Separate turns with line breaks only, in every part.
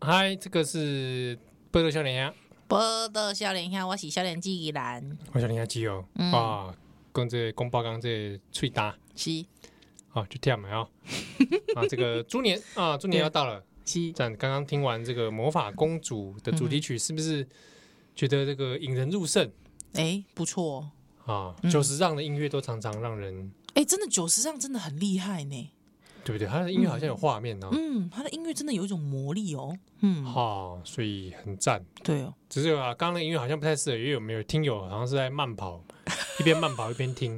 嗨，这个是波多啊笑脸鸭，
报道笑脸兄，我是笑脸纪依兰，
我笑脸鸭基友
嗯
啊，跟这公包刚这脆搭
是
啊，就跳没 啊啊，这个猪年啊，猪年要到了。
是，
赞，刚刚听完这个魔法公主的主题曲，是不是觉得这个引人入胜
哎，不错哦，
啊？
嗯
九十让的音乐都常常让人
哎，真的九十上真的很厉害呢，
对不对？它的音乐好像有画面呢、
嗯，他的音乐真的有一种魔力哦，嗯，
哦，所以很赞。
对哦，
只是啊，刚刚那个音乐好像不太适合，因为有没有听友好像是在慢跑，一边慢跑一边 听，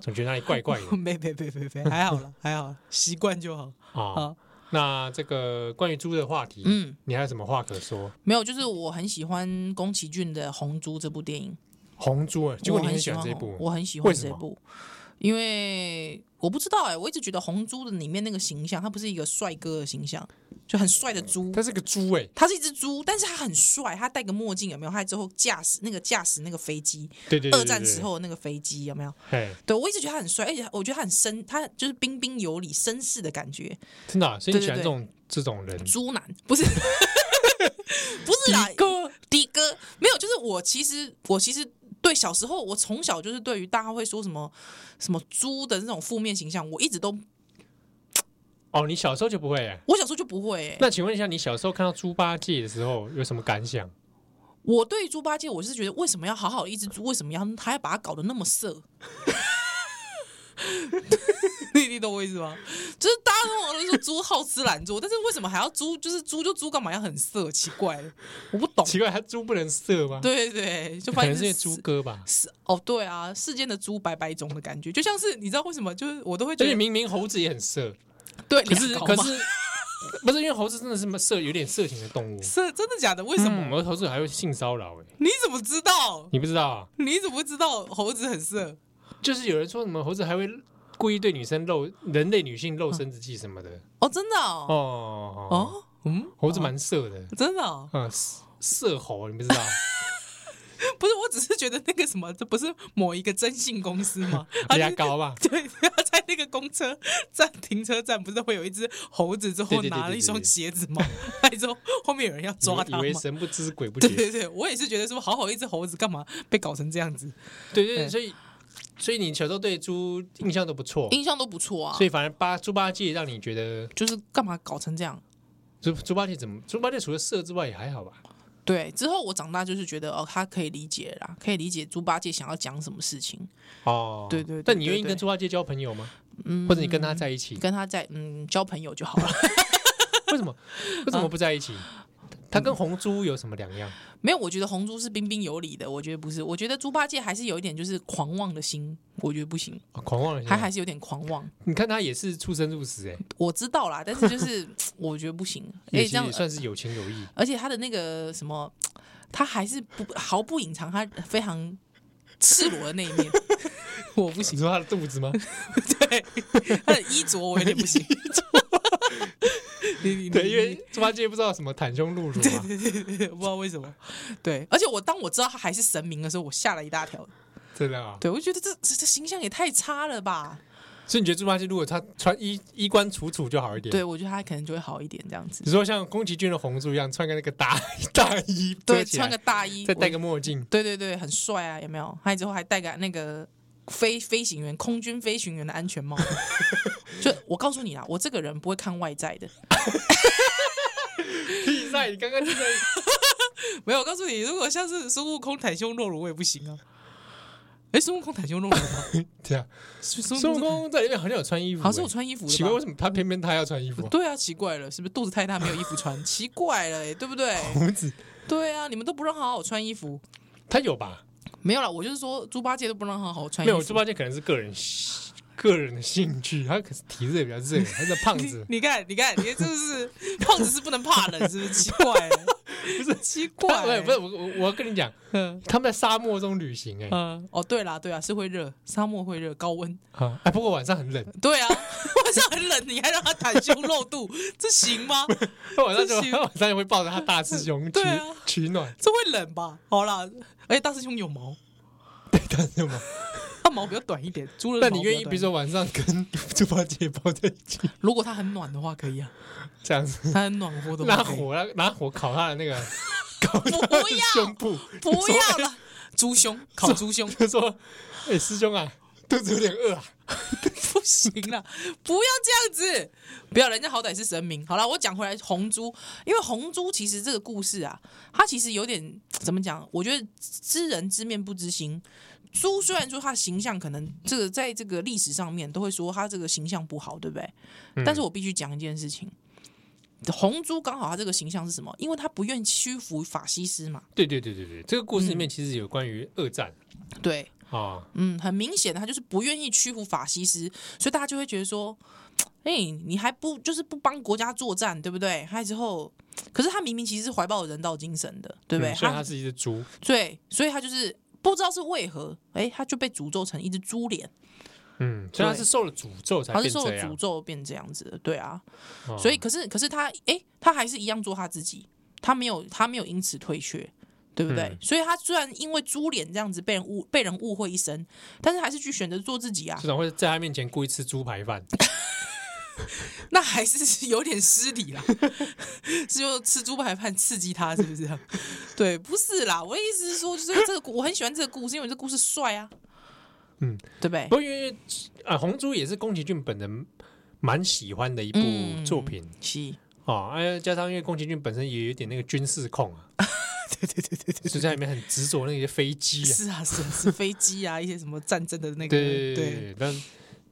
总觉得那里怪怪的
没没没没 没，还好了，还好啦，习惯就好。
啊
好。
那这个关于猪的话题，
嗯，
你还有什么话可说？
没有，就是我很喜欢宫崎骏的《红猪》这部电影，
红猪啊，结果
我
你
很
很喜欢这一部
我很喜
为
欢
什
这一
么
部，因为我不知道哎、我一直觉得《红猪》的里面那个形象，他不是一个帅哥的形象，就很帅的猪。
它是个猪哎、
他是一只猪，但是他很帅，他戴个墨镜有没有？他之后驾驶那个驾驶那个飞机，
对对对对对，
二战时候的那个飞机有没有？
嘿，
对我一直觉得他很帅，而且我觉得他很绅，他就是彬彬有礼、绅士的感觉。
真的啊、所以你喜欢这
对对对
种这种人，
猪男不是 不是啦，哥迪哥没有，就是我其实我其实对小时候我从小就是对于大家会说什么什么猪的那种负面形象，我一直都
哦，你小时候就不会、欸？
我小时候就不会、欸。
那请问一下，你小时候看到猪八戒的时候有什么感想？
哦我对于猪八戒，我是觉得为什么要好好一只猪，为什么要还要把它搞得那么色？你你懂我意思吗？就是大家通常都说猪好吃懒做，但是为什么还要猪？就是猪就猪，干嘛要很色？奇怪，我不懂。
奇怪，他猪不能射吗？，
对对，就
可
发现
能是因为
死
猪哥吧。
是哦，对啊，世间的猪百百种的感觉，就像是你知道为什么？就是我都会
而
觉
且
得
明明猴子也很色，
对，
可是
俩高
可
嘛
是不是因为猴子真的是色有点色情的动物？
是真的假的？为
为
什么？
我的猴子还会性骚扰？哎，
你怎么知道？
你不知道啊？
你怎么知道猴子很色？
就是有人说什么猴子还会故意对女生露人类女性露生殖器什么的
哦，真的哦，
哦哦，
哦，嗯，
猴子蛮色的，
真的哦，
嗯，色色猴你不知 道？
不是，我只是觉得那个什么，这不是某一个征信公司 吗？
比较高吧？
对，他在那个公车站停车站，不是会有一只猴子
对
之后
对对
拿了
对
一
对
双
对
鞋子吗？还之后后面有人要抓
以
他
为以为
吗？
神不知鬼不
对
觉，
对对，我也是觉得说，好好一只猴子，干嘛被搞成这样子？
对对，
对
所以所以你小时候对猪印象都不错，
印象都不错啊
所。以反而八猪八戒让你觉得
就是干嘛搞成这样？
猪猪八戒怎么猪八戒除了色之外也还好吧？
对，之后我长大就是觉得哦，他可以理解啦，可以理解猪八戒想要讲什么事情。
哦，
对对对
但你愿意
对对
跟猪八戒交朋友吗？
嗯，
或者你跟他在一起
你？跟他在嗯交朋友就好了，
为什么为什么不在一起？
嗯
他跟红猪有什么两样？
没有，我觉得红猪是彬彬有礼的，我觉得不是，我觉得猪八戒还是有一点就是狂妄的心，我觉得不行，
哦狂妄的心
他还是有点狂妄。
你看他也是出生入 死，哎，
我知道啦，但是就是 我觉得不行，而
也
且
其
这
实
样
也，算是有情有义。
而且他的那个什么，他还是不毫不隐藏他非常赤裸的那一 面，我不行
你。说他的肚 子吗？
对，他的衣着我有点 不行。你你
对，
你
因为猪八戒不知道什么袒胸 露乳嘛。
你不知道为什么，对，而且我当我知道他还是神明的时候，我吓了一大跳。
真的啊。
对，我就觉得这这这形象也太差了吧？
所以你觉得猪八戒如果他穿衣衣冠楚楚就好一点？
对，我觉得他可能就会好一点这样子
你。说像宫崎骏的红猪一样，穿个那个大大衣遮
对，
起来，
穿个大衣，
再戴
我
个墨镜，
对对对，很帅啊，有没有？还之后还戴个那个飞飞行员、空军飞行员的安全 帽。就我告诉你啊，我这个人不会看外在的，
比赛你刚刚就在
没有，我告诉你，如果像是孙悟空袒胸露乳，我也不行 啊。哎，孙悟空袒胸露乳吗？
这样。
孙
啊孙悟空在里面好像有穿衣服、欸，
好像是有穿衣服
奇怪，为
的吧。
什么他偏偏他要穿衣服、啊？
对啊，奇怪了，是不是肚子太大没有衣服 穿？奇怪了、欸，对不 对？
胡子
对啊，你们都不让好好穿衣服，
他有吧？
没有啦，我就是说猪八戒都不让好好穿
没
衣
有，
服。，
猪八戒可能是个人个人的兴趣，他可是体质也比较热，他是胖子
你看，你看，你看，这就是 胖子是不能怕冷，是不是？奇怪了，不是奇怪 欸
他不
了、
是 不是我我我要跟你讲，
嗯
他们在沙漠中旅行、欸，哎、
嗯，哦，对啦，对啊，是会热，沙漠会热，高温。
啊，哎，不过晚上很 冷，
对啊， 晚上很冷，你还让他袒胸露肚，这行吗？
他晚上就
这是
他晚上就会抱着他大师兄取、
对啊
取暖，
哎这会冷吧？好啦，而且大师兄有毛，
对，他是吗？
它毛比较短一点，猪的毛
但你愿意，
较
比如
短一点，
说晚上跟猪八戒抱在一起，
如果它很暖的话可以啊，
这样子
它很暖和 的话
拿
可以，
火拿火烤他的 那个，烤他
不
的
要
胸部，
不要了，猪 胸烤猪胸
就说：“哎、师兄啊，肚子有点饿啊。
不行啦，不要这样子，不要，人家好歹是神明。好了，我讲回来红猪，因为红猪其实这个故事啊，它其实有点怎么讲？我觉得知人知面不知心。猪虽然说它的形象可能这个在这个历史上面都会说它这个形象不好，对不对？
嗯
但是我必须讲一件事情，红猪刚好它这个形象是什么？因为它不愿屈服法西斯嘛，”
对对对对对，这个故事里面其实有关于二战
对，
啊，
嗯，很明显的，他就是不愿意屈服法西斯，所以大家就会觉得说，哎、你还不就是不帮国家作战，对不对？还之后，可是他明明其实是怀抱人道精神的，对不对？啊
嗯虽然
他
它是一只猪，
对，所以他就是不知道是为何，哎、他就被诅咒成一只猪脸，
嗯，虽然它是受了诅咒才
他是
变
受了
这
诅
样，
咒变这样子的，对啊。
啊
所以，可是可是他，哎、他还是一样做他自己，他没有他没有因此退却，对不对？
嗯
所以他虽然因为猪脸这样子被人误被人误会一生，但是还是去选择做自己啊
市。长会在他面前故意吃猪排饭，
那还是有点失礼啦， 是用吃猪排饭刺激他，是不是、啊？ 对，不是啦，我的意思是说，就是这个故我很喜欢这个故事，因为这故事帅啊，
嗯，
对不对
不？过因为啊，呃红猪也是宫崎骏本人蛮喜欢的一部
嗯
作品
是，
啊，哎，加上因为宫崎骏本身也有一点那个军事控啊，
对对对对对，
就在里面很执着那些飞机啊，
是啊是啊是飞机啊，一些什么战争的那个，
对对对
对，
对，但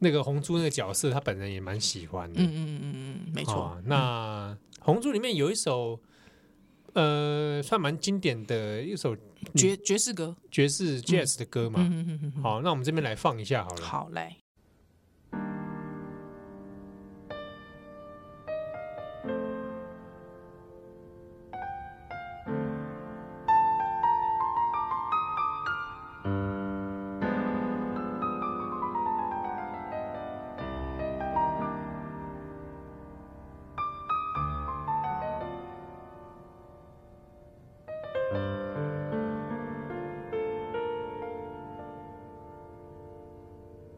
那个红猪那个角色他本人也蛮喜欢的，
嗯嗯嗯嗯嗯，没错，嗯
哦那《红猪》里面有一首，呃，算蛮经典的一首
爵爵士歌，
爵士 jazz 的歌嘛。
嗯嗯嗯嗯，
好，那我们这边来放一下好了。
好来，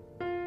嗯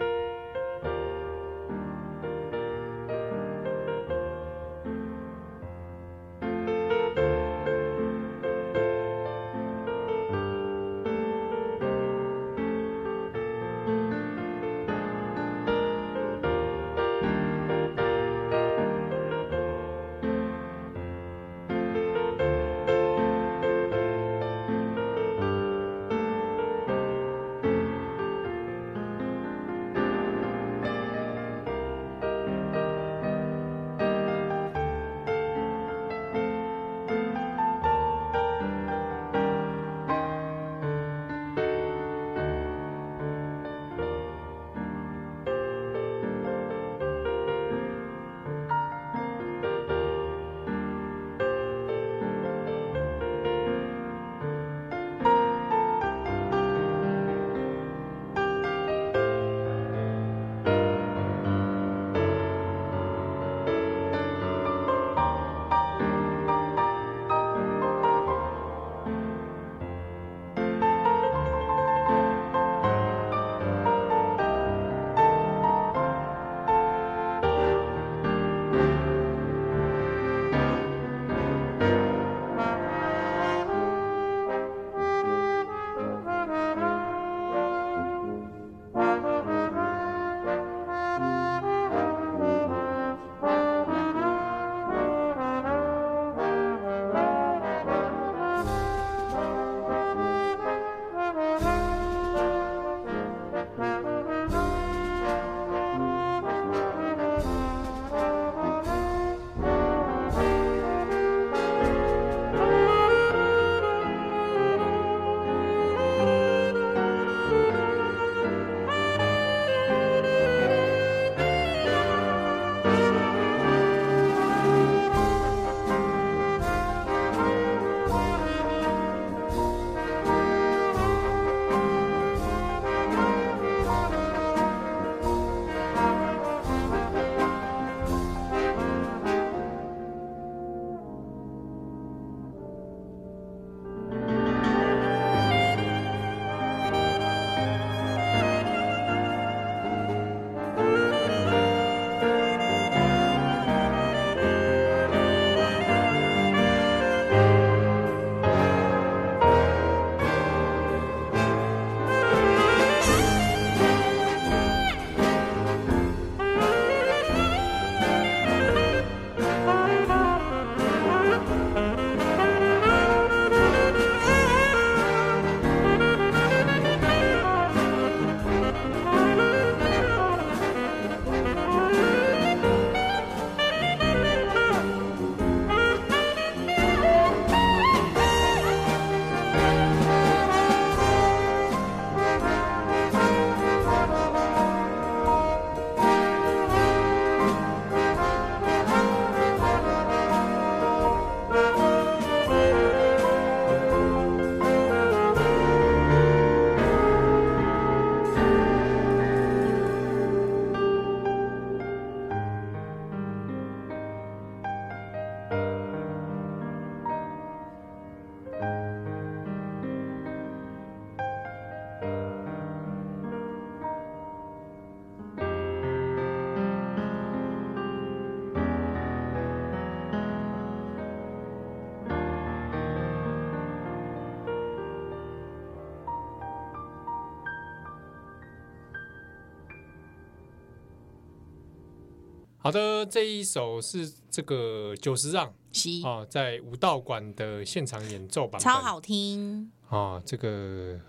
好的，这一首是这个久石让
西
啊，在武道馆的现场演奏版本，
超好听，
啊，这个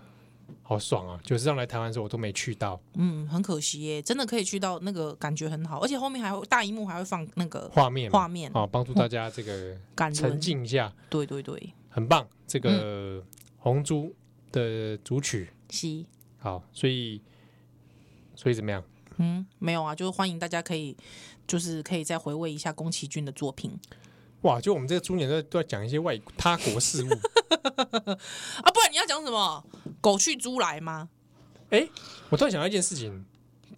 好爽啊！久石让来台湾的时候，我都没去到
嗯，很可惜耶，真的可以去到那个感觉很好，而且后面还会大荧幕还会放那个
画面嘛，
画面，
啊，帮助大家这 个
感
沉
人，
浸一下，
对对对，
很棒。这
嗯
个红猪的主曲，
西，
好，所以所以怎么样？
嗯，没有啊，就是欢迎大家可以，就是可以再回味一下宫崎骏的作品
哇，就我们这个猪年都都要讲一些外他国事务，
啊，不然你要讲什么？狗去猪来吗？
我突然想到一件事情，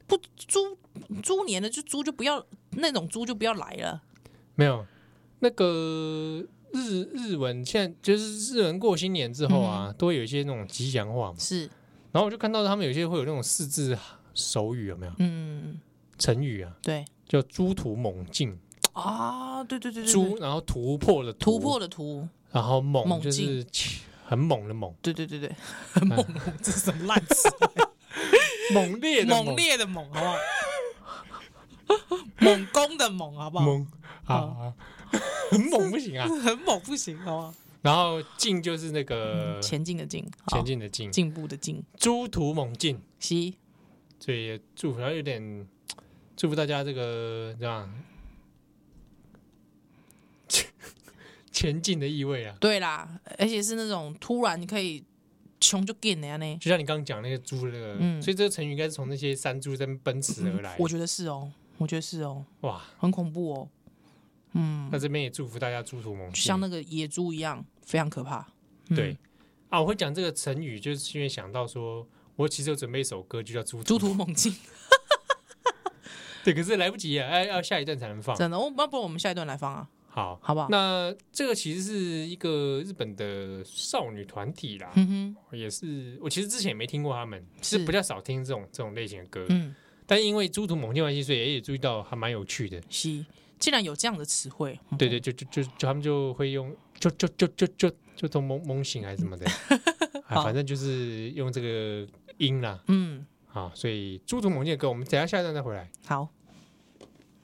不猪猪年的就猪就不要那种猪就不要来了，
没有，那个日日文现在就是日文过新年之后
嗯
啊，都会有一些那种吉祥话嘛。
是，
然后我就看到他们有些会有那种四字手语，有没有
嗯，
成语啊？
对
叫猪突猛进，
啊，对对对对，
猪
对
然后突破了
突破，的突，
然后猛
猛
就
进
是很猛的猛，
对对对 对，
这是什么烂词？猛烈的
猛烈的猛，好不好？猛攻的猛，好不好？
猛啊，啊很猛不行啊。
很猛不行，好不好？
然后进就是那个
前进的进，好
前进的进，
进步的进，
猪突猛进。
西
所以也祝福，然后有点祝福大家这个对吧？前进的意味啊，
对啦，而且是那种突然你可以穷就 get 的呀呢，
就像你刚刚讲那个猪那个，
嗯
所以这个成语应该是从那些山猪在那边奔驰而来。
我觉得是哦，我觉得是哦，
哎哇，
很恐怖哦，嗯
那，这边也祝福大家猪突猛
就
进。
像那个野猪一样，非常可怕。嗯
对、啊，我会讲这个成语，就是因为想到说。我其实有准备一首歌，就叫《猪
猪
突
突猛进，
对，可是来不及啊，哎，要下一段才能放。
真的，我要不然我们下一段来放啊，
好，
好不好？
那这个其实是一个日本的少女团体啦，
嗯哼，
也是，我其实之前也没听过他们，
是
是比较少听这种这种类型的歌。
嗯，
但因为《猪图猛进关系，所以也也注意到还蛮有趣的。
西，既然有这样的词汇，嗯
对对，就就就就他们就会用就就就就就就从蒙蒙醒还是什 么的，啊，
好
反正就是用这个音啦
嗯，
啊。所以《猪图猛进的歌，我们等一下下一段再回来。
好。